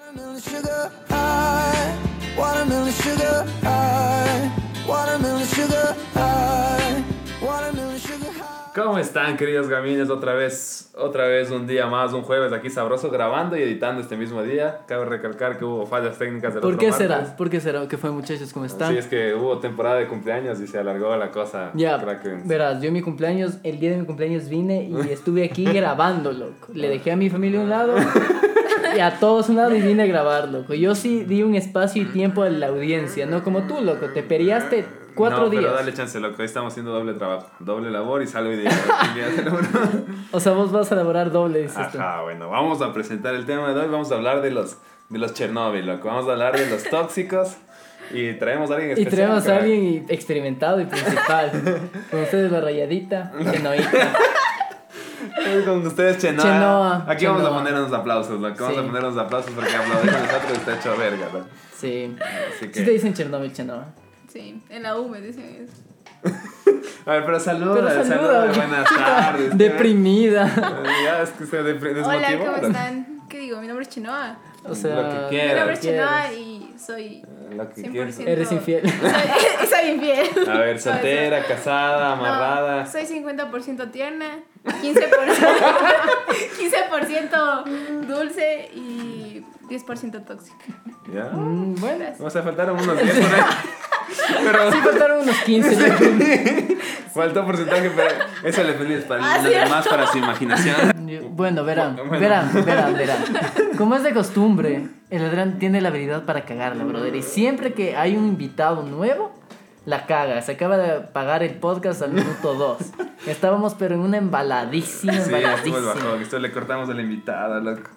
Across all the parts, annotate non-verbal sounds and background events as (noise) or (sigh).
Watermelon sugar high, watermelon sugar high, watermelon sugar high, watermelon sugar high. ¿Cómo están, queridos gamines? Otra vez, otra vez un día más, un jueves aquí sabroso, grabando y editando este mismo día. Cabe recalcar que hubo fallas técnicas del ¿Por otro qué martes. será? ¿Por qué será? ¿Qué fue, muchachos? ¿Cómo están? Sí, pues. es que hubo temporada de cumpleaños y se alargó la cosa. Ya, Kraken. verás, yo en mi cumpleaños, el día de mi cumpleaños vine y estuve (laughs) aquí grabando, loco. Le dejé a mi familia a un lado y a todos a un lado y vine a grabar, loco. Yo sí di un espacio y tiempo a la audiencia, no como tú, loco. Te periaste cuatro no, días. Pero dale chance, loco. Hoy estamos haciendo doble trabajo, doble labor y salgo y digo, el día de (laughs) uno. O sea, vos vas a elaborar doble, dices tú. Ajá, bueno, vamos a presentar el tema de hoy. Vamos a hablar de los, de los Chernobyl, loco. Vamos a hablar de los tóxicos y traemos a alguien Y especial. traemos a crack. alguien y- experimentado y principal. Con ustedes (laughs) la rayadita, que no hizo. Con ustedes, Chenoa. Chenoa, Aquí vamos a Chenoa. poner unos aplausos, loco. Vamos Sí. a poner unos aplausos porque aplaudir a nosotros está hecho verga, loco. Sí. Así Sí te que. dicen Chernobyl, Chenoa. Sí, en la U me dicen eso. A ver, pero saluda, Pero saluda, saluda, oye. (laughs) buenas tardes. Deprimida. Ah, pues, Ya, es que se depre- desmotivó. Hola, ¿cómo loco. están? ¿Qué digo? Mi nombre es Chenoa. O sea, Lo que Mi quieras. nombre es Chenoa quieres. y soy. Lo que 100%. quieras. eres infiel. (laughs) Soy, soy infiel. A ver, soltera, casada, (laughs) No, amarrada. soy 50% tierna, 15%, (laughs) 15% dulce y 10% tóxica. ¿Ya? Mm, bueno. O sea, faltaron unos 10 por (laughs) ahí. Pero Sí faltaron unos 15. yo creo. faltó porcentaje, pero eso le feliz para pues. Ah, los ¿cierto? demás, para su imaginación. Yo- Bueno, verán, Bueno. verán, verán, verán. Como es de costumbre, el Adrián tiene la habilidad para cagarla, brother. Y siempre que hay un invitado nuevo, la caga. Se acaba de pagar el podcast al minuto 2. Estábamos, pero en una embaladísima, Sí, estuvo el embaladísima. bajón. Esto le cortamos a la invitada, loco.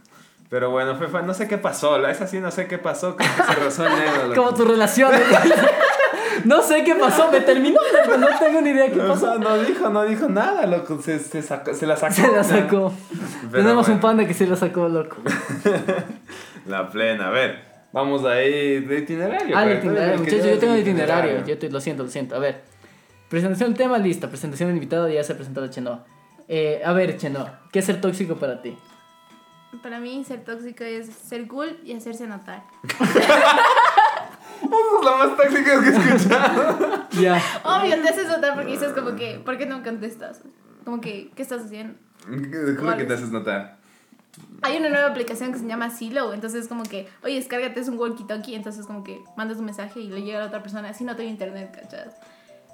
Pero bueno, Fefa, no sé qué pasó. la- Esa sí, no sé qué pasó. Como que se rozó el dedo, loco. Como tu relación. (laughs) No sé qué pasó, me terminó, loco, no tengo ni idea qué O sea, pasó. no dijo, no dijo nada, loco. Se, se, sacó- se la sacó. Se la sacó. Pero Tenemos bueno. un panda que se la sacó, loco. La plena, a ver. Vamos ahí de itinerario. Ah, el pues, tú eres itinerario, que muchachos, lleva yo tengo el itinerario. itinerario. Yo te, lo siento, lo siento. A ver, presentación del tema, lista. Presentación del invitado, ya se ha presentado Chenoa. Eh, a ver, Chenoa, ¿qué es ser tóxico para ti? Para mí, ser tóxica es ser cool y hacerse notar. Eso es lo más tóxico que he (laughs) escuchado. Ya. Obvio, te haces notar porque dices, como que, ¿por qué no contestas? Como que, ¿qué estás haciendo? Creo que te haces notar. Hay una nueva aplicación que se llama Silo, entonces como que, oye, descárgate, es un walkie-talkie, entonces como que mandas un mensaje y le llega a la otra persona, así no tengo internet, ¿cachas?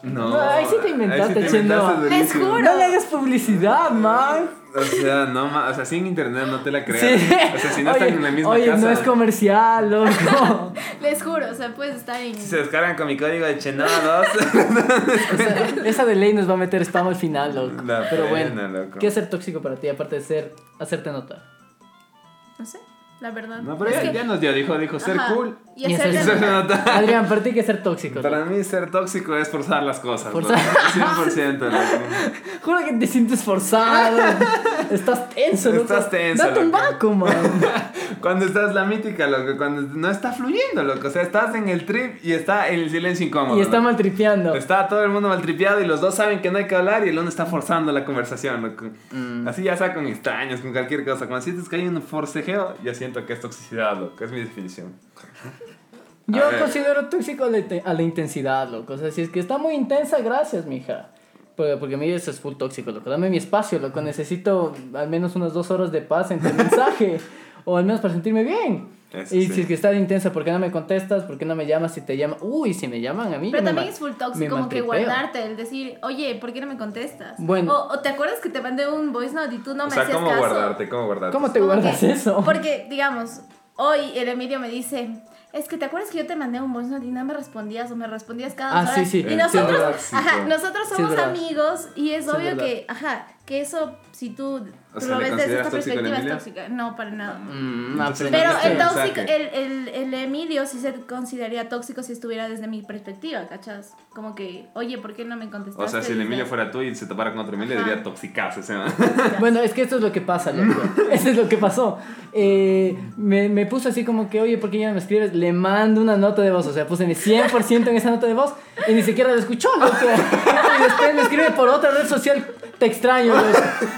No, No, ahí sí te inventaste, ahí sí te inventaste Chenoa. Les durísimo. juro. No le hagas publicidad, man. O sea, no ma- o sea, sin internet no te la creas. Sí. O sea, si no están Oye, en la misma Oye, casa. no es comercial, loco. (laughs) Les juro, o sea, puedes estar en... Si se descargan con mi código de Chenoa 2. O sea, esa de ley nos va a meter spam al final, loco. La Pero pena, bueno, loco. ¿qué es ser tóxico para ti? Aparte de ser, hacerte notar. (laughs) No sé, la verdad. (laughs) No, pero Es ya, que- ya nos dio, dijo, dijo, ser ajá, cool. Y Y hacerte Se hacerse- notar. nota. Adrián, para ti, ¿qué es ser tóxico? Para loco? mí ser tóxico es forzar las cosas. Forzar. ¿no? 100%. (laughs) loco. Juro que te sientes forzado. (laughs) Estás tenso, loco. Estás tenso, Date un loco. vaco, (laughs) man. Cuando estás la mítica, loco, cuando no está fluyendo, loco. O sea, estás en el trip y está en el silencio incómodo. Y está loco. maltripeando. Está todo el mundo maltripeado y los dos saben que no hay que hablar y el uno está forzando la conversación, loco. Así ya sea con extraños, con cualquier cosa. Cuando sientes que hay un forcejeo, ya siento que es toxicidad, loco. Es mi definición. Yo ver. considero tóxico a la, inte- a la intensidad, loco. O sea, si es que está muy intensa, gracias, mija. Porque, porque a mí eso es full tóxico, loco. Dame mi espacio, loco. Necesito al menos unas dos horas de (laughs) paz entre mensaje. o al menos para sentirme bien. Eso y sí. si es que está de intensa, ¿por qué no me contestas? ¿Por qué no me llamas? Si te llaman. Uy, si me llaman a mí. yo Pero me también ma- es full me toxic como que maltripeo. guardarte, el decir, oye, ¿por qué no me contestas? Bueno. O, o te acuerdas que te mandé un voice note y tú no o me sea, hacías ¿cómo caso. guardarte? ¿Cómo guardarte? ¿Cómo te Como guardas que- eso? Porque, digamos, hoy el Emilio me dice, es que te acuerdas que yo te mandé un voice note y no me respondías o me respondías cada Ah, dos sí, horas?" sí. Y Eh, sí, es nosotros, verdad, sí, ajá, sí. nosotros Sí, es somos verdad. amigos y es Sí, es obvio verdad. que, ajá, que eso, si tú, O tú sea, lo ¿le ves desde consideras esta tóxico al perspectiva, es Emilio? tóxica. No, para nada. Mm, ah, Entonces, Pero Este el tóxico, mensaje. el, el, el Emilio sí se consideraría tóxico si estuviera desde mi perspectiva, ¿cachas? Como que, oye, ¿por qué no me contestaste? O sea, si el Emilio fuera tú y se tapara con otro Emilio, Ajá. diría toxicazo. O sea, Bueno, es que esto es lo que pasa, loco. Esto es lo que pasó. Eh, me, me puso así como que, oye, ¿por qué ya no me escribes? Le mando una nota de voz. O sea, puse mi 100% en esa nota de voz y ni siquiera la escuchó, loco. Y después me escribe por otra red social. Te extraño, loco.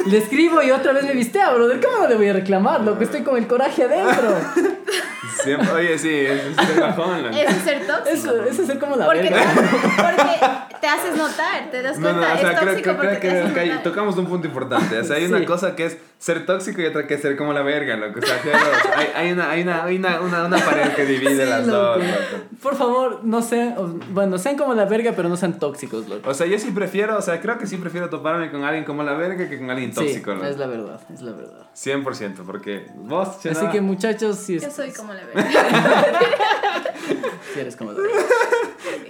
Le escribo y otra vez me vistea, brother. ¿Cómo no le voy a reclamar, loco? Estoy con el coraje adentro. (laughs) Siempre- oye, sí, es, es el bajón. la- Eso es (laughs) ser tóxico. Eso, eso es ser como la Porque te, verga. porque te haces notar, te das No, cuenta, no, o sea, es creo, tóxico creo- creo porque que te haces hay- notar. tocamos un punto importante. O sea, hay una Sí. cosa que es ser tóxico y otra que es ser como la verga, loco. O sea, que los- hay, hay una, hay una, hay una, una, una pared que divide Sí, las loco. dos, loco. Por favor, no sean. o- Bueno, sean como la verga, pero no sean tóxicos, loco. O sea, yo sí prefiero, o sea, creo que sí prefiero toparme con alguien como la verga que con alguien tóxico, sí, loco. Es la verdad, es la verdad. 100%, porque vos, Chena, Así que muchachos, si, es- Yo soy como la (laughs) verdad. si eres (laughs) como la verga.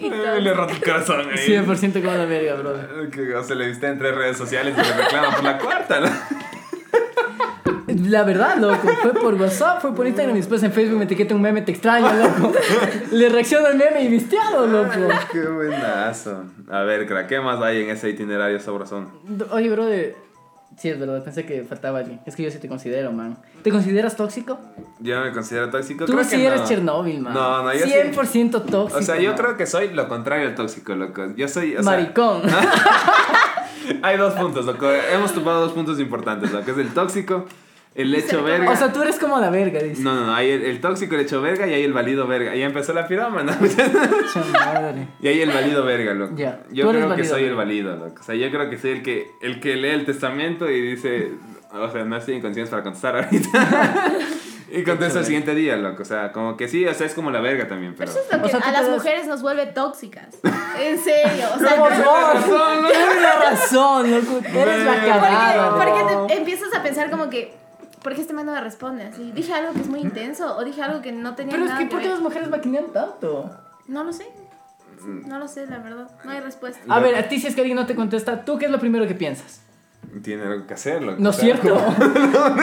Y eh, le todo. roto el corazón ahí. 100% como la verga, brother. Que, o sea, le viste en tres redes sociales y le reclama por la cuarta, ¿no? La verdad, loco, fue por WhatsApp, fue por Instagram y después en Facebook me etiqueta un meme, te extraño, (laughs) loco. Le reacciono al meme y visteado, loco. (laughs) Qué buenazo. A ver, crack, ¿qué más hay en ese itinerario sabrosón? Oye, brother. Sí, es verdad, pensé que faltaba alguien. Es que yo sí te considero, man. ¿Te consideras tóxico? Yo no me considero tóxico. Tú creo sí que eres no. Chernobyl, man. No, no, yo sí- 100% tóxico. O sea, yo man. creo que soy lo contrario al tóxico, loco. Yo soy. O sea, Maricón. (laughs) hay dos puntos, loco. Hemos tomado dos puntos importantes, lo que es el tóxico, el hecho verga. o sea, tú eres como la verga, dice. no, no, no, hay el, el tóxico, el hecho verga y hay el válido verga. Y ya empezó la (laughs) pirómana. Mucha madre. y hay el válido verga, loco. Ya, Yo tú eres creo que válido soy el verga. válido, loco. O sea, yo creo que soy el que, el que lee el testamento y dice. O sea, no estoy en condiciones para contestar ahorita. (laughs) y contesto el siguiente día, loco. O sea, como que sí, o sea, es como la verga también, pero. Pero (laughs) eso es lo O sea, que tú a te las das- mujeres nos vuelve tóxicas. En serio. O sea, Por no- favor, (laughs) tienes la razón, loco. Eres la Verga. cagada. Porque, loco. porque te empiezas a pensar como que, ¿por qué este man no me responde? Así, dije algo que es muy intenso o dije algo que no tenía Pero es nada que, ¿por qué ver. las mujeres maquinean tanto? No lo sé. Mm. No lo sé, la verdad. No hay respuesta. Ah, A ver, a ti si es que alguien no te contesta, ¿tú qué es lo primero que piensas? Tiene algo que hacer, loco. No O es sea, cierto. (laughs)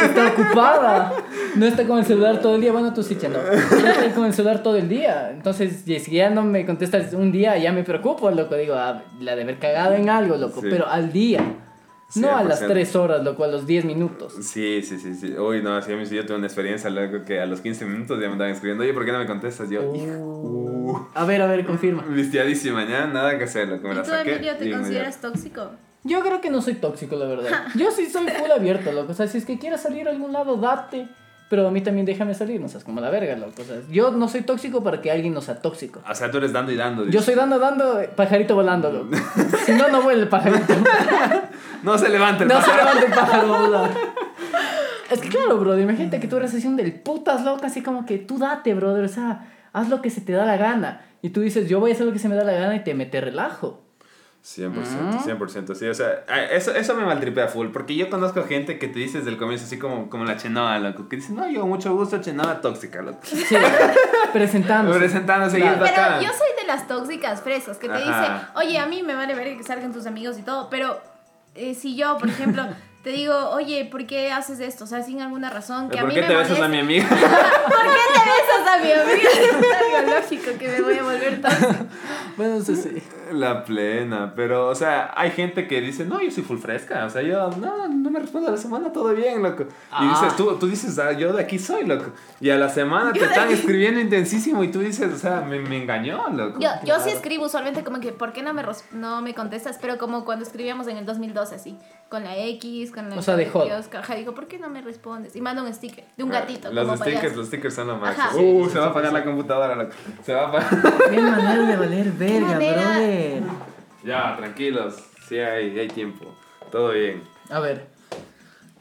está ocupada. No está con el celular todo el día. Bueno, tú sí, Chano. No está con el celular todo el día. Entonces, si es que ya no me contestas un día, ya me preocupo, loco. Digo, ah, la de haber cagado en algo, loco. Sí. Pero al día. No a las 100%. 3 horas, loco, a los 10 minutos. Sí, sí, sí, sí. Uy, no, sí, a mí sí, yo tuve una experiencia, loco, que a los 15 minutos ya me andaban escribiendo, oye, ¿por qué no me contestas? Yo, hija, uh, A ver, a ver, confirma. vistiadísima, ya nada que hacer, loco, me ¿Y la tú, saqué. Emilio, y te me- consideras tóxico? Yo creo que no soy tóxico, la (laughs) verdad. Yo sí soy full abierto, loco. O sea, si es que quieres salir a algún lado, date. Pero a mí también déjame salir, no seas como la verga, loco. O sea, yo no soy tóxico para que alguien no sea tóxico. O sea, tú eres dando y dando. Yo dices. soy dando, dando, eh, pajarito volando, (laughs) loco. Si no, no vuela el pajarito. No se levanta el (laughs) No se pájaro. levanta el pájaro volador. Es que claro, brother, imagínate que tú eres así un del putas loca, así como que tú date, brother, o sea, haz lo que se te da la gana. Y tú dices, yo voy a hacer lo que se me da la gana y te metes relajo. Mm. 100%, 100%, sí, o sea, ah, eso, eso me maltripea full, porque yo conozco gente que te dice desde el comienzo así como, como la chenoa, loco, que dice, no, yo mucho gusto, chenoa tóxica, loco. Sí, (laughs) presentándose. Presentándose y Claro. es bacán. Pero yo soy de las tóxicas fresas que te Ajá. dice, oye, a mí me vale ver que salgan tus amigos y todo, pero eh, si yo, (laughs) por ejemplo, te digo, oye, ¿por qué haces esto? O sea, sin alguna razón que a ¿Por mí qué me te besas molesta. a mi amiga? (laughs) ¿Por qué te besas a mi amiga? Es algo lógico que me voy (laughs) a volver tóxica. Bueno, eso sí. La plena, pero, o sea, hay gente que dice, no, yo soy full fresca, o sea, yo, no, no me respondo a la semana, todo bien, loco. Y Ah. dices, tú, tú dices, ah, yo de aquí soy, loco. Y a la semana te están escribiendo intensísimo y tú dices, o sea, me, me engañó, loco. Yo, yo sí escribo usualmente como que, ¿por qué no me, ros- no me contestas? Pero como cuando escribíamos en el 2012, así, con la X, con la... O sea, de con el joda. kiosco. Ajá, digo, ¿por qué no me respondes? Y manda un sticker de un Ah, gatito. Los como stickers, payaso. los stickers son la máxima. Ajá. Uh, se va a apagar la computadora, loco. Se va a apagar. Qué manera de valer verga, manera. brother. ya, tranquilos, sí hay, hay tiempo, todo bien. A ver.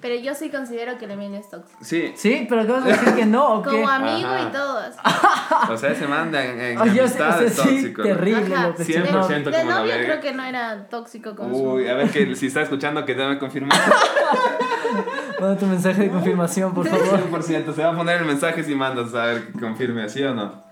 Pero yo sí considero que el Emilio es tóxico. Sí, Sí, pero acabas de decir que no, ¿o qué? Como amigo Ajá. y todo. así. o sea, se mandan en, en Ah, ya sé, o sea, amistades sí, tóxico, loco. terrible, Ajá. lo que 100% de, como la de novio verga. creo que no era tóxico con Uy, su... a ver que si está escuchando que debe (laughs) confirmar. Manda tu mensaje de confirmación, por favor. (laughs) 100%, se va a poner el mensaje si mandas a ver que confirme, ¿sí o no?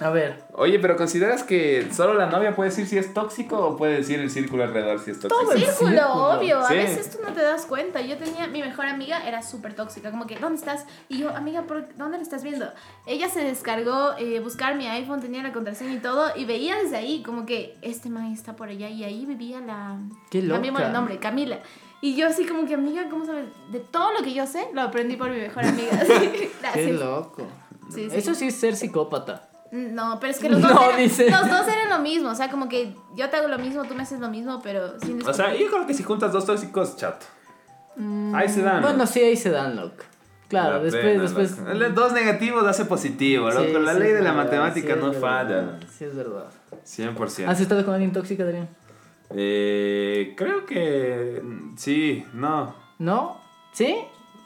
A ver. Oye, pero ¿consideras que solo la novia puede decir si es tóxico o puede decir el círculo alrededor si es tóxico? Todo el Círculo, círculo. obvio. Sí. A veces tú no te das cuenta. Yo tenía, mi mejor amiga era súper tóxica. Como que, ¿dónde estás? Y yo, amiga, ¿por ¿dónde la estás viendo? Ella se descargó eh, buscar mi iPhone, tenía la contraseña y todo. Y veía desde ahí, como que este man está por allá. Y ahí vivía la. Qué loca. Cambiamos el nombre, Camila. Y yo, así como que, amiga, ¿cómo sabes? De todo lo que yo sé, lo aprendí por mi mejor amiga. (laughs) Sí, Qué gracias. loco. Sí, sí. Eso sí es ser psicópata. No, pero es que los dos, No, eran, dice. los dos eran lo mismo. O sea, como que yo te hago lo mismo, tú me haces lo mismo, pero sin O sea, discutir. yo creo que si juntas dos tóxicos, chato. Ahí se dan. Ah, ¿no? Bueno, sí, ahí se dan, loco. Mm, Claro, La después, pena, después. loco. El Dos negativos hace positivo, Sí, loco. La sí ley es de la verdad, matemática sí es no falla. verdad, Sí, es verdad. 100%. ¿Has estado con alguien tóxico, Adrián? Eh, creo que mm, sí, no. ¿No? ¿Sí?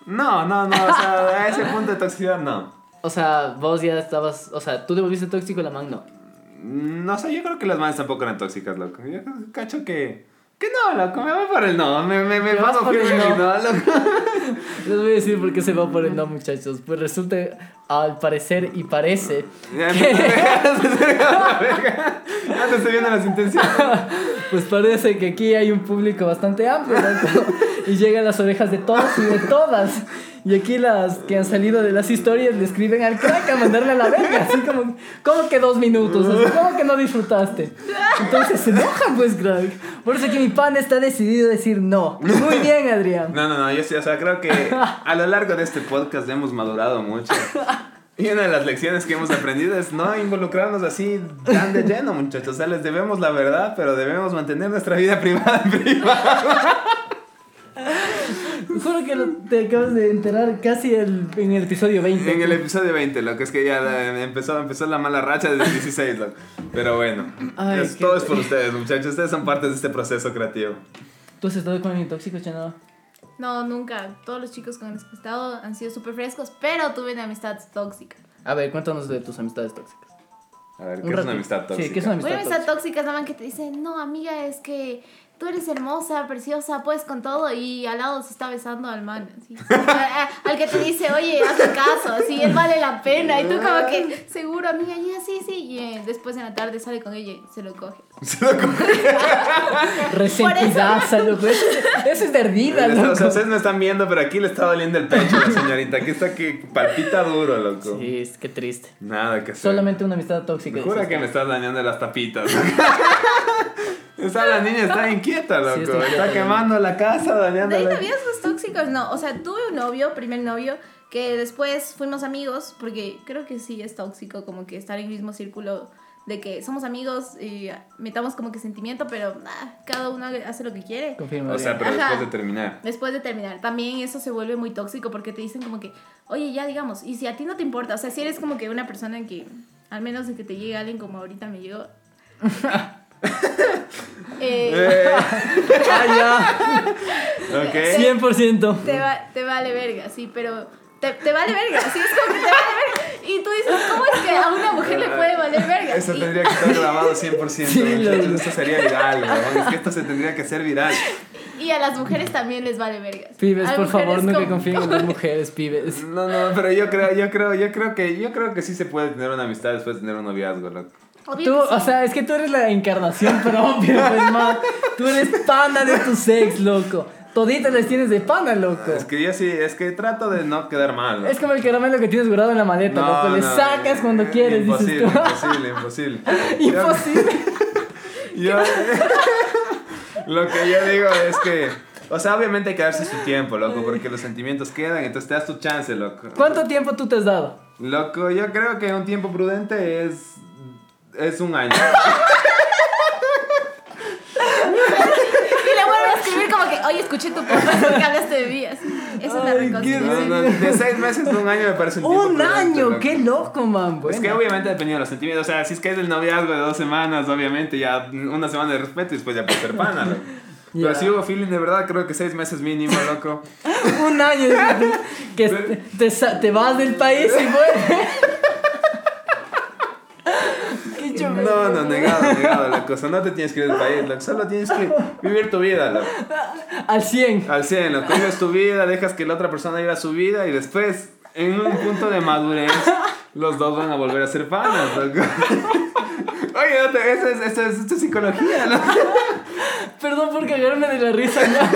No, no, no, o sea, a ese punto de toxicidad no. O sea, vos ya estabas. O sea, tú te volviste tóxico y la man no. No sé, yo creo que las madres tampoco eran tóxicas, loco. Yo cacho que. Que no, loco, me voy por el no. Me, me, me Te vas paso por el firme en mi no. no, loco. Les voy a decir por qué se va por el no, muchachos. Pues resulta, al parecer y parece, (laughs) Antes estoy viendo las intenciones. pues parece que aquí hay un público bastante amplio, ¿no? (laughs) Y llegan las orejas de todos y de todas. Y aquí las que han salido de las historias le escriben al crack a mandarle a la verga. Así como, ¿cómo que dos minutos? O sea, ¿Cómo que no disfrutaste? Entonces se enojan, pues, crack. Por eso que mi pan está decidido a decir no. Muy bien, Adrián. No, no, no, yo sí, o sea, creo que a lo largo de este podcast hemos madurado mucho. Y una de las lecciones que hemos aprendido es no involucrarnos así tan de lleno, muchachos. O sea, les debemos la verdad, pero debemos mantener nuestra vida privada (laughs) en privado. Juro que lo- te acabas de enterar casi el- en el episodio 20. En el episodio 20, lo que es que ya eh, empezó, empezó la mala racha desde el 16, loco. Pero bueno, Ay, es- qué todo es por ustedes, muchachos. Ustedes son parte de este proceso creativo. ¿Tú has estado con alguien tóxico, Chano? No, nunca. Todos los chicos con los que he estado han sido súper frescos, pero tuve una amistad tóxica. A ver, cuéntanos de tus amistades tóxicas. A ver, ¿qué Un es ratito. una amistad tóxica? Sí, ¿qué (laughs) es una Una amistad tóxica? amistad tóxica es la man que te dice, no, amiga, es que tú eres hermosa, preciosa, puedes con todo, y al lado se está besando al man. (laughs) así. A- a- al que te dice, oye, hazme caso, así, él vale la pena, y tú como que, seguro, amiga, ya, sí, sí, y eh, después en la tarde sale con ella y se lo coge. Resentidaza, loco. Eso, es- eso es pues, de O herida, sea, loco. ustedes no están viendo, pero aquí le está doliendo el pecho a la señorita. Aquí está que palpita duro, loco. Sí, es que triste. Nada que hacer. Solamente una amistad tóxica. Me jura dices. que me estás dañando las tapitas. (laughs) Esa la niña (laughs) está inquieta, loco. está está, inquieta, quemando la casa, dañando ¿De ahí la- noviazgos tóxicos? No, o sea, tuve un novio, primer novio, que después fuimos amigos, porque creo que sí es tóxico como que estar en el mismo círculo de que somos amigos y metamos como que sentimiento, pero ah, cada uno hace lo que quiere. Confirma. O sea, Adrián. pero Ajá. después de terminar. Después de terminar, también eso se vuelve muy tóxico porque te dicen como que, oye, ya digamos, y si a ti no te importa, o sea, si eres como que una persona en que, al menos de que te llegue alguien como ahorita me llegó. eh, Eh, (laughs) Ah, (laughs) ya. ok. 100%. te, va- te vale verga, sí, pero te, te vale verga, sí, es como que te vale verga. Y tú dices, ¿cómo es que a una mujer le puede valer verga? Eso Y- tendría que estar grabado 100%. Sí, muchachos. loco. Esto sería viral, weón. (laughs) Es que esto se tendría que hacer viral. y, a las mujeres también les vale verga. Pibes, Hay por favor, mujeres nunca con- confíen en (laughs) las mujeres, pibes. No, no, pero yo creo, yo creo, yo creo que, yo creo que sí se puede tener una amistad después de tener un noviazgo, loco. Obvio pues, Tú, ah. que sí. o sea, es que tú eres la encarnación propia, pues, ma. Tú eres pana de tu sex, loco. Toditas les tienes de pana, loco. Es que yo sí, es que trato de no quedar mal. loco. Es como el caramelo que tienes guardado en la maleta, loco. Le no, eh, sacas cuando quieres, dices Imposible, imposible, tú. (laughs) imposible. Yo- Imposible. Yo, (laughs) lo que yo digo es que, o sea, obviamente hay que darse su tiempo, loco, porque los sentimientos quedan, entonces te das tu chance, loco. ¿Cuánto tiempo tú te has dado? Loco, yo creo que un tiempo prudente es es un (laughs) año. Y le vuelven a escribir como que, oye, escuché tu podcast porque hablaste de mí. así. Esa es la Ay, qué reconciliación. No, no, de seis meses a un año me parece un tiempo Un prudente, año, loco. qué loco, man. Es que bueno. obviamente dependiendo de los sentimientos, o sea, si es que es el noviazgo de dos semanas, obviamente ya una semana de respeto y después ya puede ser pana, loco. (laughs) Ya. Pero si hubo feeling de verdad, creo que seis meses mínimo, loco. Un año de- que te, sa- te vas del país y vuelves. qué chome- No, no, negado, negado, la cosa. No te tienes que ir del país, loco. Solo tienes que vivir tu vida, loco. Al 100. Al 100, loco. Vives tu vida, dejas que la otra persona viva su vida y después, en un punto de madurez, los dos van a volver a ser panas, loco. (laughs) Oye, no te- eso es, eso es, esto es psicología, loco. Perdón por cagarme de la risa. ya.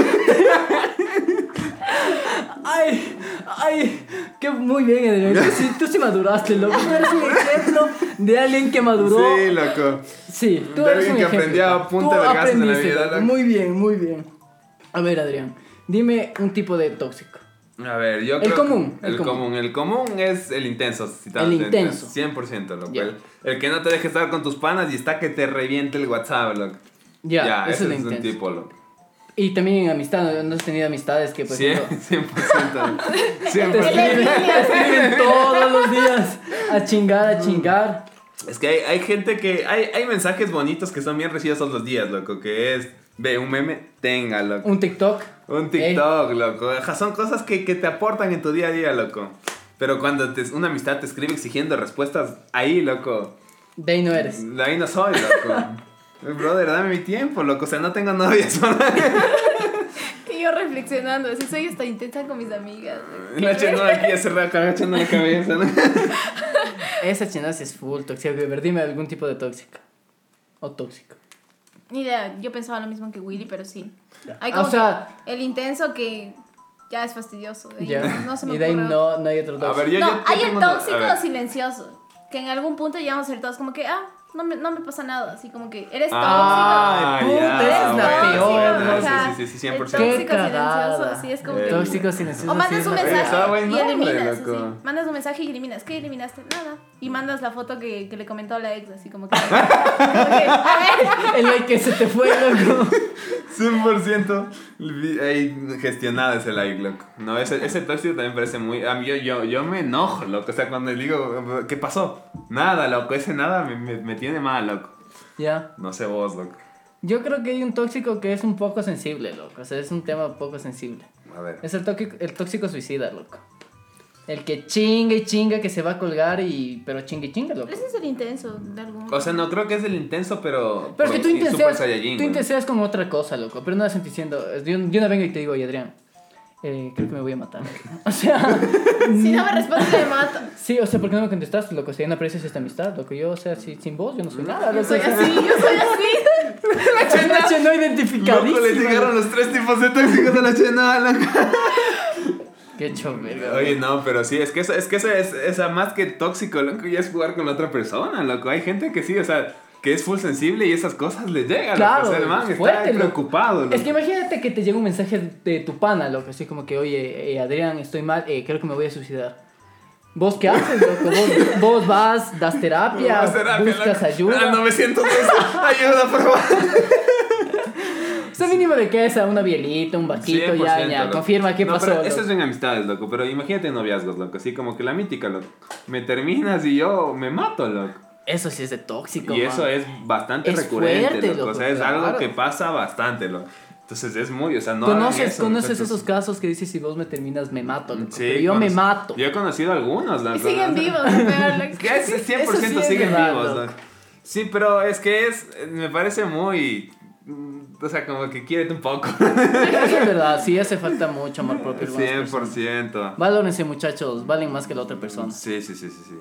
ay, ay, qué muy bien, Adrián. Tú sí, tú sí maduraste, loco. Tú eres un ejemplo de alguien que maduró. Sí, loco. Sí, tú De eres alguien un que ejemplo. aprendió a punta Tú de vergazos en la aprendiste, vida, loco. loco. Muy bien, muy bien. A ver, Adrián, dime un tipo de tóxico. A ver, yo El creo. que- común, el El, común. común. El común es el intenso. si te- El te- te- intenso. 100%, loco. Ya. El, el que no te deja estar con tus panas y está que te reviente el WhatsApp, loco. Ya, Ya, eso ese es lo es un intenso. tipo, loco. Y también en amistad, ¿no has tenido amistades que pues... Cien- 100%. no- Te 100%. escriben, (laughs) te escriben todos (laughs) los días a chingar, a chingar. Es que hay, hay gente que. Hay, hay mensajes bonitos que son bien recibidos todos los días, loco. Que es. Ve un meme, tenga, loco. Un TikTok. Un TikTok, loco. Ajá, Son cosas que, que te aportan en tu día a día, loco. Pero cuando te- una amistad te escribe exigiendo respuestas, ahí, loco. De ahí no eres. Ahí no soy, (laughs) loco. Brother, dame mi tiempo, loco. O sea, no tengo novia. (laughs) solo- Y yo reflexionando, así soy hasta intensa con mis amigas. Nacho no aquí cerrado, agachando la cabeza. ¿no? (laughs) Esa chingada sí es full tóxica. Pero dime algún tipo de tóxica. O tóxico. Ni idea, yo pensaba lo mismo que Willy, pero sí. Hay O como sea- que el intenso que ya es fastidioso. de ahí Ya. no, no se me y de ahí ocurre otro. no, no hay otro A tóxico. ver, yo. no, yo- yo hay tengo el una- a tóxico ver. silencioso, que en algún punto llegamos a ser todos como que, ah, no me, no me pasa nada, así como que, eres Ah, tóxico. puta, eres esa es la tóxico, peor, bueno, ¿no? sí, ajá. sí, sí, sí, El 100%. tóxico Qué cagada. silencioso, sí, es como Eh, que... Tóxico silencioso. O mandas sí, un es la- mensaje Esa vaina, y eliminas, hombre, loco. así. Mandas un mensaje y eliminas. ¿Qué eliminaste? Nada. Y mandas la foto que, que le comentó la ex, así como que... (laughs) como que, a ver, (laughs) El like que se te fue, loco. 100% vi- ahí gestionado ese like, loco. No, ese, ese tóxico también parece muy. A mí, yo, yo, yo me enojo, loco. O sea, cuando le digo, ¿qué pasó? Nada, loco. Ese nada me, me, me tiene mal, loco. Ya. No sé vos, loco. Yo creo que hay un tóxico que es un poco sensible, loco. O sea, es un tema poco sensible. A ver. Es el tóxico, el tóxico suicida, loco. El que chinga y chinga que se va a colgar y... Pero chinga y chinga, loco. ese es el intenso de algún... O sea, no creo que es el intenso, pero. Pero es que tú sí, Super intenseas, Saiyajin, tú güey. intenseas con otra cosa, loco. Pero no la sentí diciendo. Yo, yo no vengo y te digo, oye, Adrián, eh, creo que me voy a matar. (laughs) (laughs) O sea, Si no me respondes, te mato. sí, o sea, ¿por qué no me contestaste, loco? Si no aprecias esta amistad, loco. Yo, o sea, si- sin vos, yo no soy nada. Yo loco. soy (laughs) así, yo soy así. (laughs) La chena no Loco, le identificadísima. llegaron los tres tipos de tóxicos a la chena, loco. Qué chomero. Oye, no, pero sí, es que eso, es que eso es, esa más que tóxico, loco, ya es jugar con la otra persona, loco. Hay gente que sí, o sea, que es full sensible y esas cosas le llegan. Claro, loco. O sea, el es man pues, está fuerte, loco. preocupado, loco. Es que imagínate que te llega un mensaje de tu pana, loco, así como que, oye, eh, Adrián, estoy mal, eh, creo que me voy a suicidar. ¿Vos qué haces, loco? ¿Vos, vos vas, das terapia, Más terapia, buscas loco. ayuda? Ah, 900 pesos. ayuda, por favor. O sea, mínimo de que es a una bielita, un vaquito, ya, 100%, ya, loco. confirma qué No, pasó. pero loco. Eso es en amistades, loco, pero imagínate en noviazgos, loco, así como que la mítica, loco. Me terminas y yo me mato, loco. Eso sí es de tóxico. Y eso man. es bastante Es recurrente, fuerte, loco. O loco, sea, es claro. algo que pasa bastante, loco. Entonces es muy, o sea, no. hagan conoces eso, conoces muchachos. esos casos que dices, si vos me terminas, me mato. loco, Sí, pero yo me conocí- mato. Yo he conocido algunos, la Y verdad. siguen vivos, peor, Es like, que es- es 100% Eso sí es siguen verdad, vivos. loco. ¿no? Sí, pero es que es. Me parece muy. mm, O sea, como que quiérete un (laughs) poco. (laughs) Eso es verdad, sí hace falta mucho amor propio. algunas personas. 100%. Valórense, muchachos, valen más que la otra persona. Sí, sí, sí, sí. sí.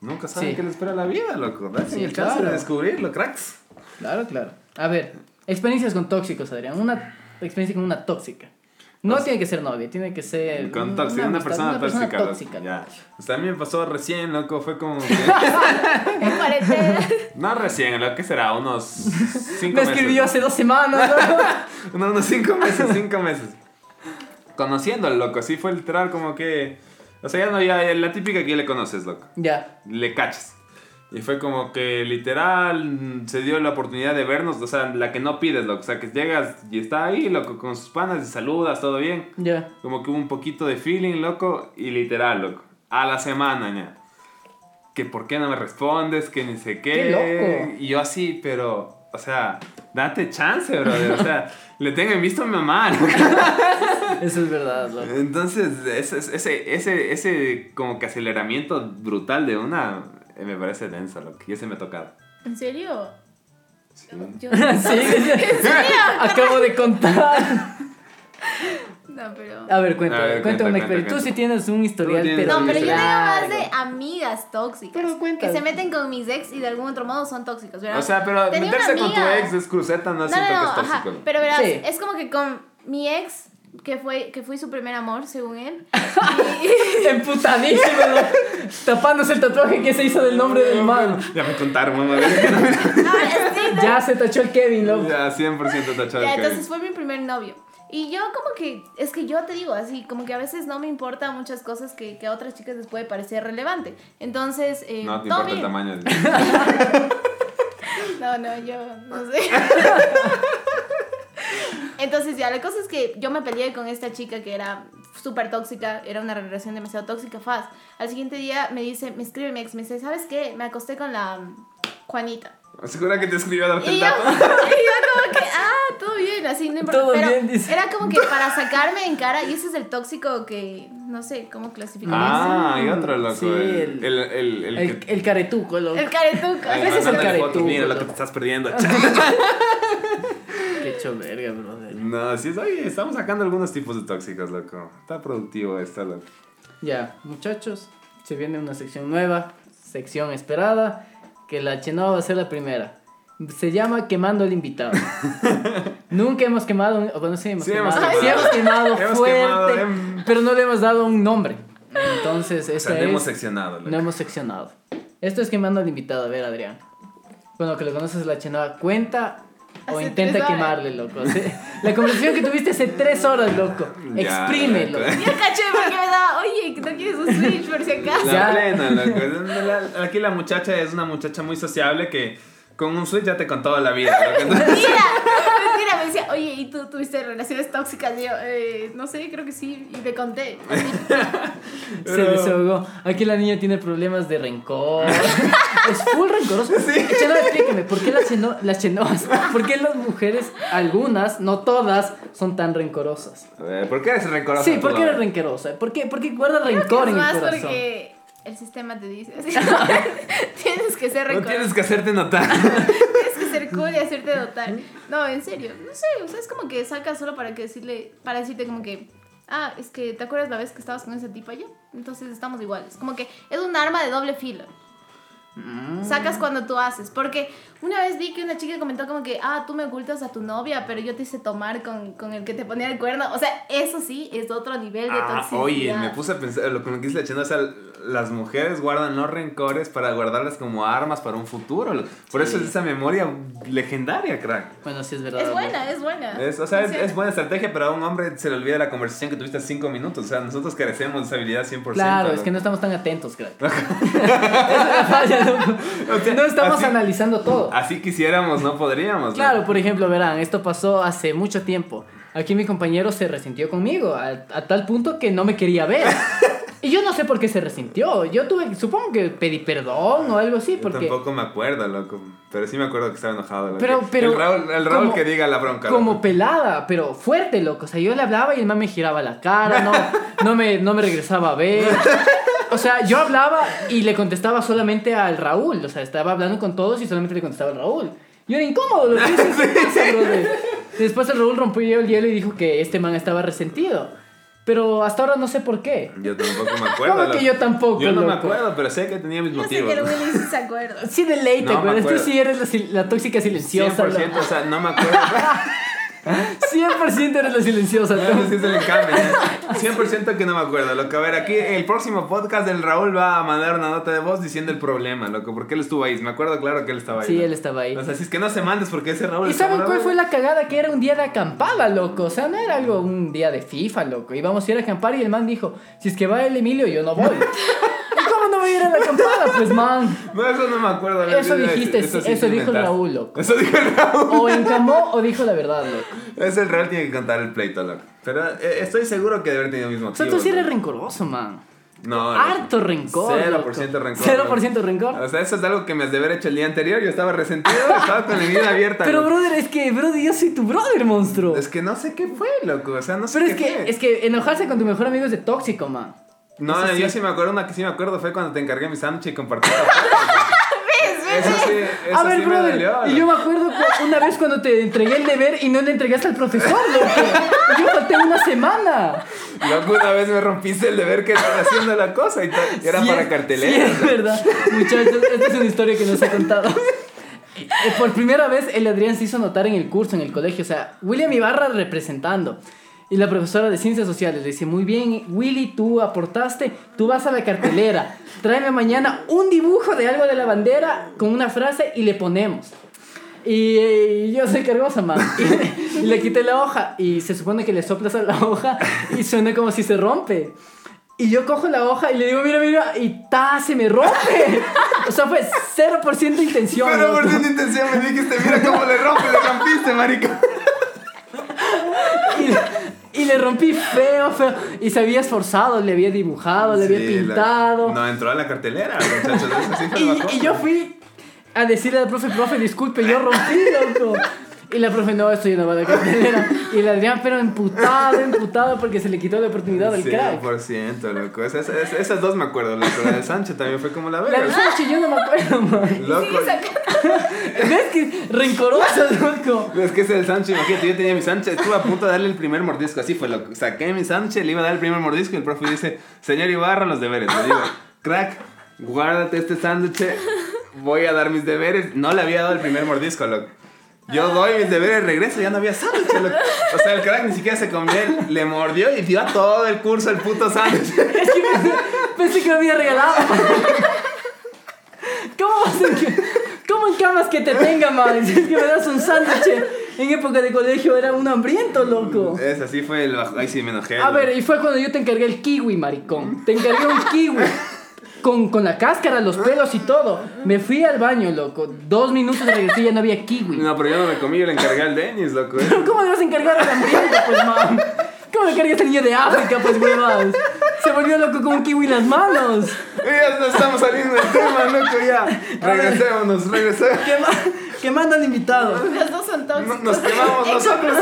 Nunca saben Sí. qué les espera la vida, loco. Dense Sí, el chance claro. de descubrirlo, cracks. Claro, claro. A ver, experiencias con tóxicos, Adrián. Una experiencia con una tóxica. No Pues tiene que ser novia, tiene que ser. Con tóxica, una, Eh, persona, amistad, tóxica. loco. tóxica. Ya. O sea, a mí me pasó recién, loco. Fue como. que- (laughs) en cuarentena. no recién, lo que será, (laughs) unos 5 Me escribió hace dos semanas. (laughs) ¿no? (laughs) No, unos cinco meses, cinco meses. Conociendo al loco, así fue literal como que... O sea, ya no, ya, ya la típica que ya le conoces, loco. ya. Le cachas. Y fue como que literal mm, se dio la oportunidad de vernos, o sea, la que no pides, loco. O sea, que llegas y está ahí, loco, con sus panas y saludas, todo bien. Ya. Como que hubo un poquito de feeling, loco, y literal, loco. A la semana, ña. Que por qué no me respondes, que ni sé qué. Qué loco. Y yo así, pero, o sea, date chance, brother. O sea, (laughs) le tengo en visto a mi mamá. loco. (laughs) Eso es verdad, loco. Entonces, ese, ese, ese, ese como que aceleramiento brutal de una eh, me parece denso, loco. Y ese me ha tocado. ¿En serio? Sí. (laughs) Yo- (laughs) Sí, acabo de contar. No, pero... A ver, cuéntame, A ver, cuenta, cuéntame una cuenta, experiencia. Tú cuenta. sí tienes un historial, Tú tienes pero. No, pero yo Claro. digo más de amigas tóxicas. Pero cuéntame. que se meten con mis ex y de algún otro modo son tóxicos, ¿verdad? O sea, pero Tenía una meterse con tu amiga- ex es cruceta, no, no, siento no, que no, es ajá. tóxico. loco. Pero verás, Sí. es como que con mi ex, que fue, que fui su primer amor, (laughs) según él. Ah, (laughs) Emputadísimo, loco. Tapándose el tatuaje que se hizo del nombre del man. (laughs) Ya me contaron, (laughs) mamá. Ya, Ah, sí, Ya se tachó el Kevin, 100% loco. tachado. Ya, el Kevin. entonces fue mi primer novio. Y yo como que, es que yo te digo así, como que a veces no me importa muchas cosas que, que a otras chicas les puede parecer relevante. Entonces, eh, No te todo importa el tamaño. bien. (laughs) del- No, no, yo no sé. Entonces ya, la cosa es que yo me peleé con esta chica que era súper tóxica, era una relación demasiado tóxica, fast. Al siguiente día me dice, me escribe mi ex, me dice, ¿sabes qué? Me acosté con la mm, Juanita. Segura que te escribió darte Y el yo, (laughs) y yo dato. como que, ah, todo bien, así, no importa. Todo pero bien, dice. era como que para sacarme en cara, y ese es el tóxico que, no sé, ¿cómo clasificarías? Ah, y otro loco. Sí, el, el, el- el, el, El, que- el caretuco, loco. El caretuco. (laughs) Ay, ese es el mandándole caretudo. fotos, Mira lo que te estás (laughs) perdiendo. Qué hecho verga, brother. no, sí, es, oye, estamos sacando algunos tipos de tóxicos, loco. Está productivo esto, loco. Ya, muchachos, se viene una sección nueva, sección esperada, que la Chenoa va a ser la primera. Se llama Quemando (laughs) al Invitado. Nunca hemos quemado, un- bueno, sí hemos Sí, hemos quemado, quemado. sí hemos (laughs) quemado Hemos fuerte, quemado, em. pero no le hemos dado un nombre. Entonces, O esta sea, le hemos es, seccionado, loco. no hemos seccionado. Esto es Quemando al Invitado, a ver, Adrián. Bueno, que lo conoces la Chenoa, cuenta o Hace intenta tres horas. quemarle, loco. Sí. La conversación que tuviste hace tres horas, loco. Ya, Exprímelo. loco. Ya caché porque me daba, oye, ¿no quieres un switch por si acaso? La Ya. plena, loco. La- Aquí la muchacha es una muchacha muy sociable que con un switch ya te contó la vida. loco. Entonces, Mentira, mentira, me decía, oye, ¿y tú tuviste relaciones tóxicas? Y yo, "Eh, no sé, creo que sí, y le conté. Se Pero- desahogó. Aquí la niña tiene problemas (laughs) de rencor. es full rencoroso. Chenoa, explíqueme, ¿por qué las, cheno- las chenoas, por qué las mujeres, algunas, no todas, son tan rencorosas? (laughs) A ver, ¿Por qué eres rencorosa? Sí, tú, ¿por qué eres loco? rencorosa? ¿Por qué, por qué guardas Creo rencor que en es el más corazón? porque el sistema te dice, (laughs) así, tienes que ser No rencoroso. tienes que hacerte notar. (laughs) Tienes que ser cool y hacerte dotar. No, en serio. No sé, o sea, es como que saca solo para que decirle, para decirte como que, ah, es que te acuerdas la vez que estabas con esa tipa allá, entonces estamos iguales. Como que es un arma de doble filo. Mm. Sacas cuando tú haces, porque una vez vi que una chica comentó como que, ah, tú me ocultas a tu novia, pero yo te hice tomar con, con el que te ponía el cuerno. O sea, eso sí es otro nivel de Ah, toxicidad. oye, me puse a pensar, lo con lo que dice la chenda, o sea, las mujeres guardan los rencores para guardarlas como armas para un futuro. lo- Por eso es esa memoria legendaria, crack. Bueno, sí es verdad. Es ¿no? buena, es buena. Es, o sea, es, Funciona. es buena estrategia, pero a un hombre se le olvida la conversación que tuviste hace 5 minutos. O sea, nosotros carecemos de esa habilidad 100%. Claro, es que no loco. estamos tan atentos, crack. (laughs) Esa es la falla, ¿no? (laughs) O sea, No estamos así- analizando todo. Así quisiéramos, no podríamos. Claro, loco. por ejemplo, verán, esto pasó hace mucho tiempo. Aquí mi compañero se resintió conmigo a, a tal punto que no me (laughs) quería ver. Y yo no sé por qué se resintió. Yo tuve, supongo que pedí perdón o algo así, Yo porque tampoco me acuerdo, loco. Pero sí me acuerdo que estaba enojado. loco. Pero- pero- el Raúl, el Raúl como- que diga la bronca. como loco. pelada, pero fuerte, loco. O sea, yo le hablaba y el man me giraba la cara, no, no, me, no me regresaba a ver. O sea, yo hablaba y le contestaba solamente al Raúl. O sea, estaba hablando con todos y solamente le contestaba al Raúl. Yo era incómodo, lo que eso es cosa, brother. Después el Raúl rompió el hielo y dijo que este man estaba resentido. Pero hasta ahora no sé por qué. Yo tampoco me acuerdo. ¿Cómo que loco. yo tampoco, Yo no me loco? acuerdo, pero sé que tenía mis Yo sé motivos. que el loco. Willy sí (laughs) se acuerda. Sí, de ley, No, te me acuerdas. Tú acuerdo. sí eres la, sil- la tóxica silenciosa. 100%, loco. o sea, no me acuerdo. (laughs) 100% eres la silenciosa. No loco. sé si se le cambia, ¿eh? 100% que no me acuerdo, loco. A ver, aquí el próximo podcast del Raúl va a mandar una nota de voz diciendo el problema, loco. Porque él estuvo ahí. Me acuerdo, claro, que él estaba ahí. Sí, ¿no? él estaba ahí. O sea, si es que no se mandes porque ese Raúl. ¿Y está saben cuál bravo. fue la cagada? Que era un día de acampada, loco. O sea, no era algo un día de FIFA, loco. Íbamos a ir a acampar y el man dijo, si es que va el Emilio, yo (laughs) no voy. ¿Y cómo no voy a ir a la acampada? Pues, man. No, eso no me acuerdo. a ver, Eso dime, dijiste, sí, sí eso te dijo el inventaste. Raúl, loco. Eso dijo el Raúl. O encamó o dijo la verdad, loco. Es el Raúl tiene que contar el pleito, loco. Pero eh, estoy seguro que debe haber tenido el mismo O sea, tú sí eres rencoroso, man. No, loco. Harto rencor. 0% loco. rencor. 0% rencor. O sea, eso es algo que me has de haber hecho el día anterior. Yo estaba (laughs) resentido, estaba con la vida abierta. Pero, loco. brother, es que, brother, yo soy tu brother, monstruo. Es que no sé qué fue, loco. O sea, no sé Pero es qué que, fue. es que enojarse con tu mejor amigo es de tóxico, man. No, eso yo sí. sí me acuerdo. Una que sí me acuerdo fue cuando te encargué mi sándwich y compartí. (laughs) la foto. eso sí, eso A ver, sí me brother, dolió. y loco. yo me acuerdo cu- una vez cuando te entregué el deber y no le entregaste al profesor, loco. Yo falté una semana. Loco, una vez me rompiste el deber que estaba haciendo la cosa y, tal, y era Sí para es- cartelera. sí (laughs) es verdad. Muchachos, esta es una historia que nos ha contado. Eh, Por primera vez, el Adrián se hizo notar en el curso, en el colegio. O sea, William Ibarra representando. Y la profesora de Ciencias Sociales le dice, muy bien, Willy, tú aportaste, tú vas a la cartelera, tráeme mañana un dibujo de algo de la bandera con una frase y le ponemos. Y, eh, y yo soy cargosa, man. (laughs) Y, y le quité la hoja. Y se supone que le soplas a la hoja y suena como si se rompe. Y yo cojo la hoja y le digo, mira, mira, y ta, se me rompe. (laughs) O sea, fue 0% intención. Pero por loco. tu intención me dijiste, mira cómo le rompe, le rompiste, marica. y, le, y le rompí feo, feo. Y se había esforzado, le había dibujado, (laughs) le había Sí, la- pintado. no entró a la cartelera, muchachos. Eso sí fue bajón. Y, y yo fui a decirle al profe, profe, disculpe, yo rompí, loco. Y la profe, no, esto ya no va a la cartelera. Y el Adrián, pero emputado, emputado, porque se le quitó la oportunidad al crack. 100%, loco. Esas, esas- esas dos me acuerdo, loco. La de Sancho también fue como la La de verga. Sancho yo no me acuerdo, (laughs) man. Loco. Sigue sacando. ¿Ves que rencoroso, loco? Es que ese es el Sancho, imagínate, yo tenía mi Sancho, estuve a punto de darle el primer mordisco, así fue, loco. Saqué mi Sancho, le iba a dar el primer mordisco y el profe dice, señor Ibarra, los deberes. Le digo, crack, guárdate este sándwich, voy a dar mis deberes. No le había dado el primer mordisco, loco. Yo Ah. doy mis deberes, regreso, ya no había sándwich, loco. O sea, el crack ni siquiera se comió, él le mordió y dio a todo el curso el puto sándwich. Es que pensé, (laughs) pensé que me había regalado. ¿Cómo vas a enca- ¿Cómo encamas que te tenga, man? Si es que me das un sándwich. En época de colegio era un hambriento, loco. (laughs) Es así fue el bajo. Ay, sí, me enojé. A loco. ver, y fue cuando yo te encargué el kiwi, maricón. Te encargué un kiwi. Con, con la cáscara, los pelos y todo. Me fui al baño, loco. Dos minutos regresé y ya no había kiwi. No, pero yo no me comí, yo le encargué al Denis, loco. ¿eh? ¿Cómo le vas a encargar al hambriento, pues, man? ¿Cómo le encargas al niño de África, pues, huevas? Se volvió loco con un kiwi en las manos. Y ya no estamos saliendo del tema, loco, ya. Regresémonos, regresémonos. Quema- Quemando al invitado. Los dos son No- tóxicos. Nos quemamos nosotros.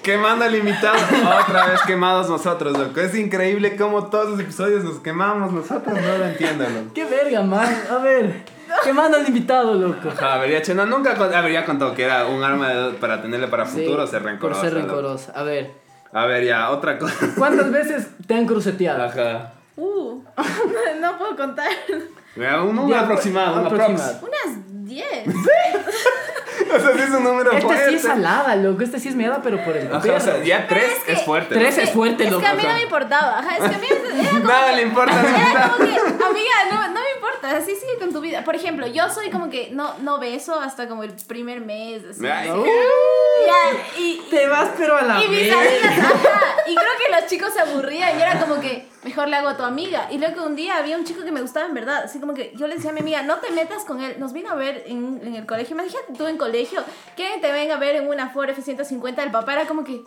Quemando al invitado. Otra vez quemados nosotros, loco. Es increíble cómo todos los episodios nos quemamos nosotros. No lo entiendo, loco. Qué verga, man. A ver. Quemando al invitado, loco. Ajá, Avería Chena nunca con- habría contado que era un arma de- para tenerle para futuro ser rencorosa. Por ser loco. rencorosa. A ver. A ver, ya, otra cosa. ¿Cuántas veces te han cruceteado? (laughs) Ajá. Uh, (laughs) no puedo contar. Mira, Un número Ya, aproximado, un aproximado. aproximado. Unas 10. (laughs) O sea, sí es un número Esta Este sí fuerte. es salada, loco. Esta sí es meada, pero por el Ajá, o sea, perro. ya tres es que- es fuerte. Tres es fuerte, Es loco. que a mí no Ajá. me importaba. Ajá, es que a mí era como (laughs) Nada que- le importa, Era nada. como que, amiga, no, no me importa. Así sigue con tu vida. Por ejemplo, yo soy como que no, no beso hasta como el primer mes. Así. Ay, No. Ya, y, Te vas, pero a la Y mis verga. amigas, ajá. Y creo que los chicos se aburrían. Y era como que, mejor le hago a tu amiga. Y luego un día había un chico que me gustaba en verdad. Así como que yo le decía a mi amiga, no te metas con él. Nos vino a ver en, en el colegio. Imagínate tú en colegio. Que alguien te venga a ver en una Ford F-150. El papá era como que.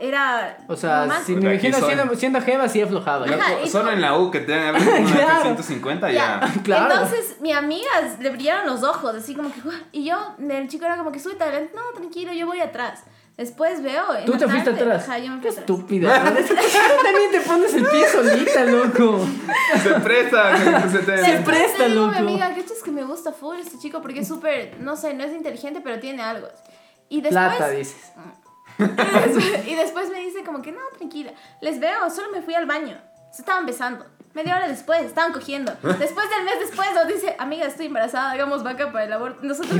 Era. O sea, nomás- si me Puta, aquí imagino soy. siendo, siendo jeva, sí aflojaba. ¿eh? Loco, Ajá, y- solo en la U que te dan a ver con una Claro. 350 ya. (laughs) Claro. Entonces, mi amiga le brillaron los ojos, así como que. "Guau". Y yo, el chico era como que súbete adelante. No, tranquilo, yo voy atrás. Después veo. en Tú la te fuiste tarde, atrás. Ajá, yo me Qué fui atrás. estúpida. (laughs) ¿no? También te pones el pie solita, loco. (laughs) Se presta con que se te- Se pre- presta, Entonces le digo a loco. mi amiga, ¿cachas que me gusta full este chico? Porque es súper, no sé, no es inteligente, pero tiene algo. Y después, Plata, dices. (laughs) y después me dice como que, no, tranquila. Les veo, solo me fui al baño. Se estaban besando. Media hora después, estaban cogiendo. Después del mes después nos dice, amiga, estoy embarazada, hagamos vaca para el aborto. Nosotros...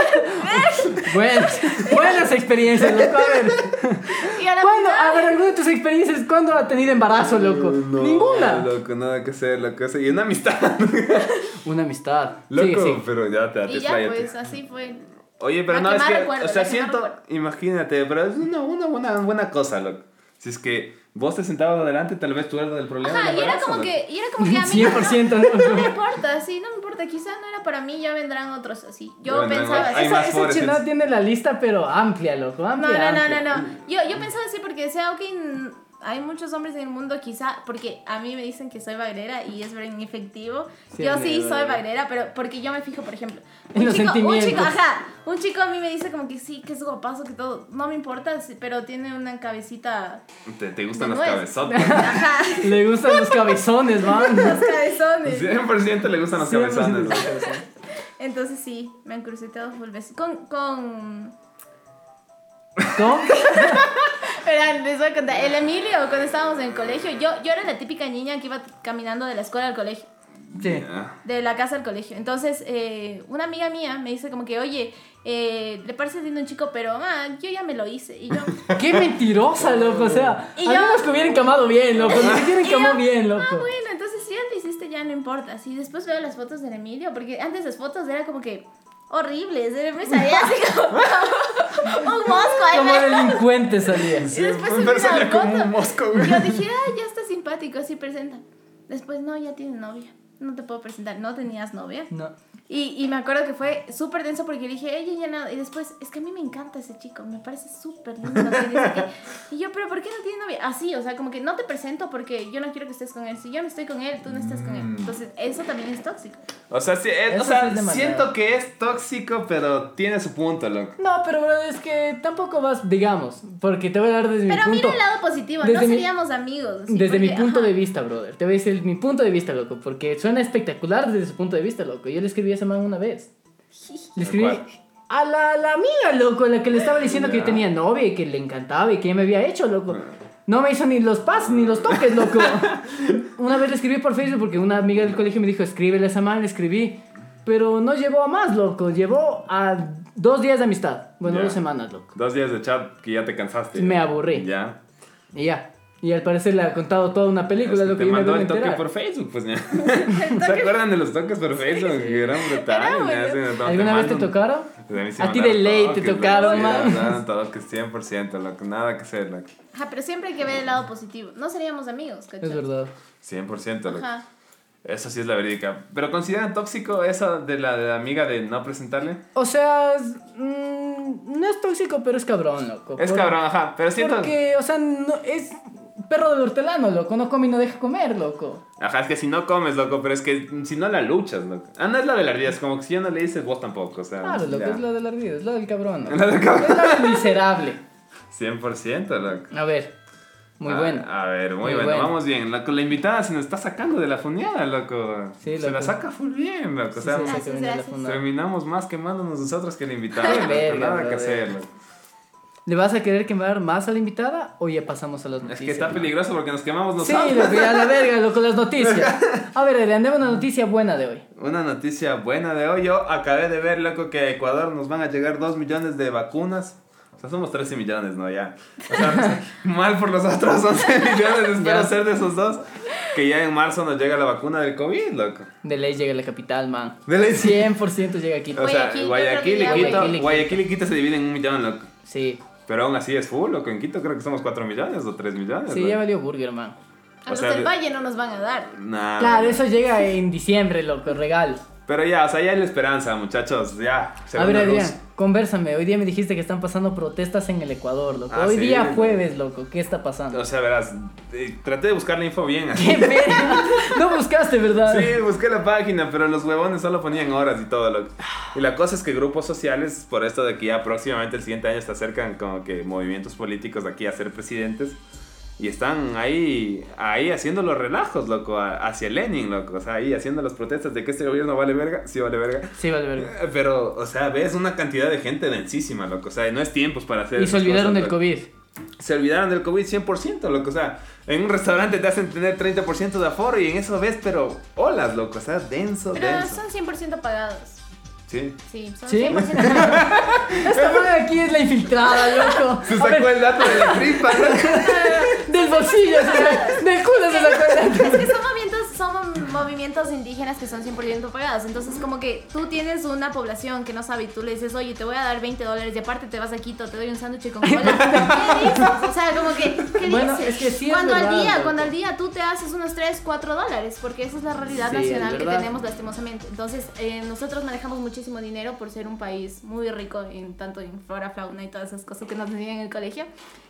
(laughs) Buenas, buenas experiencias, loco. A ver. y a la Bueno, final- a ver, alguna de tus experiencias, ¿cuándo ha tenido embarazo, loco? No, Ninguna. Loco, nada que hacer, loco. Y una amistad. (laughs) Una amistad. Loco, Sí, sí. pero ya te Y ya, despláyate. pues, así fue. Oye, pero La no, que es más que, recuerdo, o sea, la que más siento, recuerdo. imagínate, pero es una, una buena, buena cosa, loco. Si es que vos te sentabas adelante, tal vez tú eras el problema. Ajá, del y era embarazo, como loco. que, y era como que a mí... 100%, No me loco. importa, sí, no me importa. Quizás no era para mí, ya vendrán otros así. Ya Yo vendrán pensaba otros. así. Hay más Esa, esa pobres. chilena tiene la lista, pero amplia, loco. No, Amplia. no, no, amplia. no, no. Yo, yo pensaba así porque decía, ok, mm, hay muchos hombres en el mundo, quizá, porque a mí me dicen que soy bagrera y es bien efectivo. Sí, yo es sí medio soy bagrera. bagrera, pero porque yo me fijo, por ejemplo. En los un sentimientos. chico, ajá, un chico a mí me dice como que sí, que es guapazo, que todo, no me importa, sí, pero tiene una cabecita. Te, te gustan de los nuez. (laughs) (laughs) cabezotes. Ajá, Le gustan los cabezones, man. (laughs) los cabezones. 100% le gustan los cabezones, loco. Entonces sí, me han cruceteado full veces. Con, con... ¿Cómo? Verán, les voy a contar. El Emilio, cuando estábamos en el colegio, yo, yo era la típica niña que iba caminando de la escuela al colegio. Sí. Ya. de la casa al colegio. Entonces, eh, una amiga mía me dice como que, oye, eh, le parece lindo un chico, pero ah, yo ya me lo hice. Y yo, Qué mentirosa, loco. O sea, Y al yo- menos que hubieran camado bien, loco. Ni siquiera Y yo, encamó bien, ah, loco. bueno, entonces si ya lo hiciste, ya no importa. Sí, después veo las fotos del Emilio, porque antes las fotos era como que horribles. Era- Me salía así como (laughs) un mosco. ahí Como me- delincuente salía. Y después Sí, subí pero una salía como foto. un mosco, Y güey. Yo dije, ay, ya está simpático, así presenta. Después, no, ya tiene novia. No te puedo presentar. No tenías novia. No. Y, y me acuerdo que fue súper denso porque dije, ella ya no. Y después, es que a mí me encanta ese chico, me parece súper lindo. Y, dice que- y yo, pero ¿por qué no tiene novia? Así, o sea, como que no te presento porque yo no quiero que estés con él. Si yo no estoy con él, tú no estás con él. Mm. Entonces, eso también es tóxico. O sea, sí, eh, Eso o sea, sí es demasiado. siento que es tóxico, pero tiene su punto, loco. No, pero bro, es que tampoco vas, digamos, porque te voy a dar desde mi Pero punto. mira el lado positivo, no desde mi- seríamos amigos. así, Desde mi porque, punto ajá. de vista, brother. Te voy a decir mi punto de vista, loco. Porque suena espectacular desde su punto de vista, loco. Yo le escribí a esa man una vez. Le escribí ¿Cuál? a la, a la amiga, loco, a la que le estaba diciendo que yo Ya. tenía novia y que le encantaba y que ella me había hecho, loco. No me hizo ni los pasos ni los toques, (laughs) loco. una vez le escribí por Facebook porque una amiga del colegio me dijo, escríbele a esa man, le escribí. Pero no llevó a más, loco. Llevó a dos días de amistad. Bueno, Ya. dos semanas, loco. Dos días de chat que ya te cansaste. Me aburrí. Ya. Y ya. Y al parecer le ha contado toda una Es película, que lo que te yo me mandó acabo de el toque enterar. por Facebook, pues (laughs) ya. ¿Se acuerdan de los toques por Facebook? Que eran brutales. Era ya, sí, no, ¿Alguna vez te mandan- tocaron? Pues mí sí A ti mandaron de ley te toques, loco, tocaron, sí, man. mandaron toques 100%, loco. Nada que hacer, loco. (laughs) Ajá, pero siempre hay que ver el lado positivo. No seríamos amigos, ¿cachai? Es verdad. 100%, loco. Ajá. Eso sí es la verídica. ¿Pero consideran tóxico esa de la, de la amiga de no presentarle? O sea, es- mm, no es tóxico, pero es cabrón, loco. Es Por- cabrón, ajá. Pero siento... Porque, o sea, no, es perro de hortelano, loco. No come y no deja comer, loco. Ajá, es que si no comes, loco, pero es que si no la luchas, loco. Ah, no es la de la ardilla, es como que si ya no le dices vos tampoco, o sea. Claro, loco, ya. es la del ardido, es la del (laughs) cabrón. loco. La del cabrón. Es la del miserable. 100%, loco. A ver, muy Ah, bueno. A ver, muy, Muy bueno. bueno. Vamos bien, loco. La invitada se nos está sacando de la funeada, loco. Sí, Se la loco. saca full bien, loco. o sea, Sí, sí, nos- sí, que venía la gracias. funda. terminamos más quemándonos nosotros que la invitada. Qué loco, verga, Nada que brother. hacer, loco. ¿Le vas a querer quemar más a la invitada o ya pasamos a las Es noticias? que está ¿no? peligroso porque nos quemamos Sí, nosotros. loco, ya la verga, loco, las noticias. A ver, Adrián, dame una noticia buena de hoy. (laughs) Una noticia buena de hoy, yo acabé de ver, loco, que a Ecuador nos van a llegar 2 millones de vacunas. O sea, somos 13 millones, ¿no? Ya. O sea, (laughs) mal por los otros 11 millones, espero Ya. ser de esos dos. Que ya en marzo nos llega la vacuna del COVID, loco. De ley llega a la capital, man. De ley, sí. 100% llega aquí. O sea, Guayaquil, yo Guayaquil y creo que ya- Quito, Guayaquil y Quito. Guayaquil y Quito se dividen en un millón, loco. Sí, Pero aún así es full, loco. En Quito creo que somos 4 millones o 3 millones. sí, loco. ya valió burger, man. A O los sea, del de- Valle no nos van a dar. Nah, Claro, loco. eso llega en diciembre, loco, regalo. Pero ya, o sea, ya hay la esperanza, muchachos. Ya. se a van ver, la luz. Adrián, conversame. Hoy día me dijiste que están pasando protestas en el Ecuador, loco. Ah, Hoy sí, día loco. jueves, loco. ¿Qué está pasando? O sea, verás, eh, traté de buscar la info bien. así. (laughs) ¿Qué verga? No buscaste, ¿verdad? Sí, busqué la página, pero los huevones solo ponían horas y todo. Lo... Y la cosa es que grupos sociales, por esto de que ya próximamente el siguiente año se acercan como que movimientos políticos de aquí a ser presidentes, y están ahí, ahí haciendo los relajos, loco, a- hacia Lenin, loco. O sea, ahí haciendo las protestas de que este gobierno vale verga, sí vale verga. Sí, vale, verga. Eh, Pero, o sea, ves una cantidad de gente densísima, loco. O sea, no es tiempos para hacer. Y se esas olvidaron cosas, del loco. COVID. Se olvidaron del COVID 100%, loco. O sea, en un restaurante te hacen tener 30% de aforo y en eso ves, pero olas, loco. O sea, denso, Pero denso. son 100% pagados. Sí. Sí, son ¿Sí? 100% pagados. Esta mujer aquí es la infiltrada, loco. (laughs) Se A ver, sacó el dato de la tripa. (laughs) Del bolsillo, se sacó- del culo se sacó el dato. (laughs) Es que son movimientos, son movimientos indígenas que son 100% pagados. Entonces, como que tú tienes una población que no sabe y tú le dices, oye, te voy a dar 20 dólares y aparte te vas a Quito, te doy un (laughs) sándwich con cola. ¿Qué dices? O sea, como que, ¿qué Bueno, dices? es que sí es cuando al verdad, día, loco. cuando al día tú te haces unos 3, 4 dólares, porque esa es la realidad Sí, nacional es que verdad. tenemos lastimosamente. Entonces, eh, nosotros manejamos muchísimo dinero por ser un país muy rico en tanto en flora, fauna y todas esas cosas que nos enseñan en el colegio.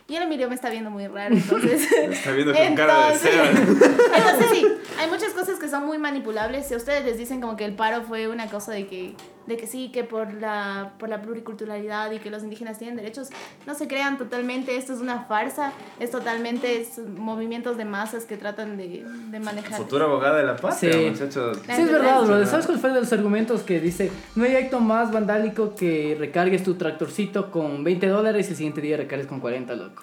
Y el Emilio me está viendo muy raro, entonces... (laughs) (laughs) Está viendo con cara de cero. Entonces sí, hay muchas cosas que son muy manipulables. Si a ustedes les dicen como que el paro fue una cosa de que, de que sí, que por la, por la pluriculturalidad y que los indígenas tienen derechos, no se crean totalmente, esto es una farsa, es totalmente es movimientos de masas que tratan de, (laughs) de manejar. Futura abogada de la patria, Sí. muchachos. La Sí, es verdad, verdad. brother. ¿Sabes cuál fue de los argumentos que dice? No hay acto más vandálico que recargues tu tractorcito con 20 dólares y el siguiente día recargues con 40, loco.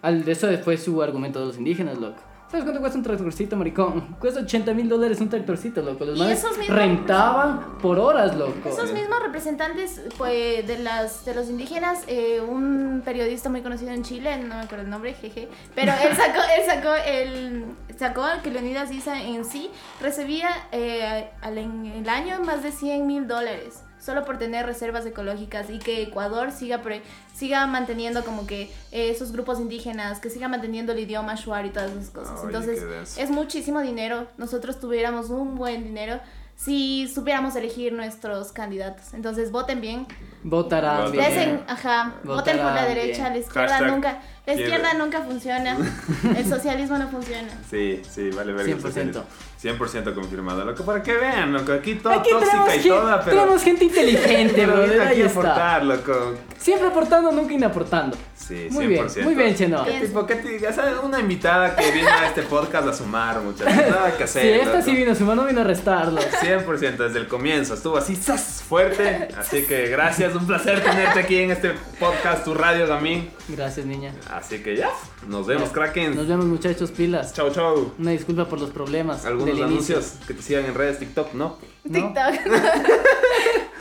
Al, eso fue su argumento de los indígenas, loco. ¿Sabes cuánto cuesta un tractorcito, maricón? Cuesta 80 mil dólares un tractorcito, loco. Los Y manes esos mismos- rentaban por horas, loco. Esos mismos representantes pues, de, las, de los indígenas, eh, un periodista muy conocido en Chile, no me acuerdo el nombre, jeje, pero él sacó, él sacó, el, sacó que Leonidas Issa en sí recibía eh, al, en el año más de 100 mil dólares solo por tener reservas ecológicas y que Ecuador siga, pre- siga manteniendo como que eh, esos grupos indígenas, que siga manteniendo el idioma shuar y todas esas cosas. Oye, Entonces, qué denso. es muchísimo dinero. Nosotros tuviéramos un buen dinero si supiéramos elegir nuestros candidatos. Entonces voten bien. Votarán Votarán. bien. Desen- ajá, voten por la Votarán derecha, bien. la izquierda Hashtag nunca, la izquierda quiebra. nunca funciona, (laughs) el socialismo no funciona. Sí, sí, vale verga. 100%. 100% confirmado, loco. Para que vean, loco. Aquí todo Aquí tóxica y gen- toda, pero. tenemos gente inteligente, (laughs) pero brother. viene aquí Ahí a está. aportar, loco. Siempre aportando, nunca inaportando. Sí, Muy 100%. bien, muy bien, Chenoa. ¿Qué tipo, qué ti- ya sabes, una invitada que vino a este podcast a sumar, muchachos. Nada que hacer. Si esta loco. sí vino a sumar, no vino a restarlo. 100% desde el comienzo, estuvo así ¡zas! fuerte, así que gracias, un placer tenerte aquí en este podcast, tu radio también. Gracias, niña. Así que ya, nos vemos, Nos Kraken. vemos, muchachos, pilas. Chau, chau. Una disculpa por los problemas. Algunos del inicio. anuncios que te sigan en redes TikTok, ¿no? ¿no? TikTok. (laughs)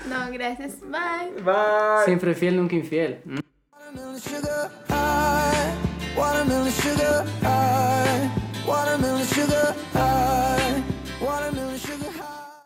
no, gracias. Bye. Bye. Siempre fiel, nunca infiel. ¿Mm? Watermelon sugar high, watermelon sugar high, watermelon sugar high, watermelon.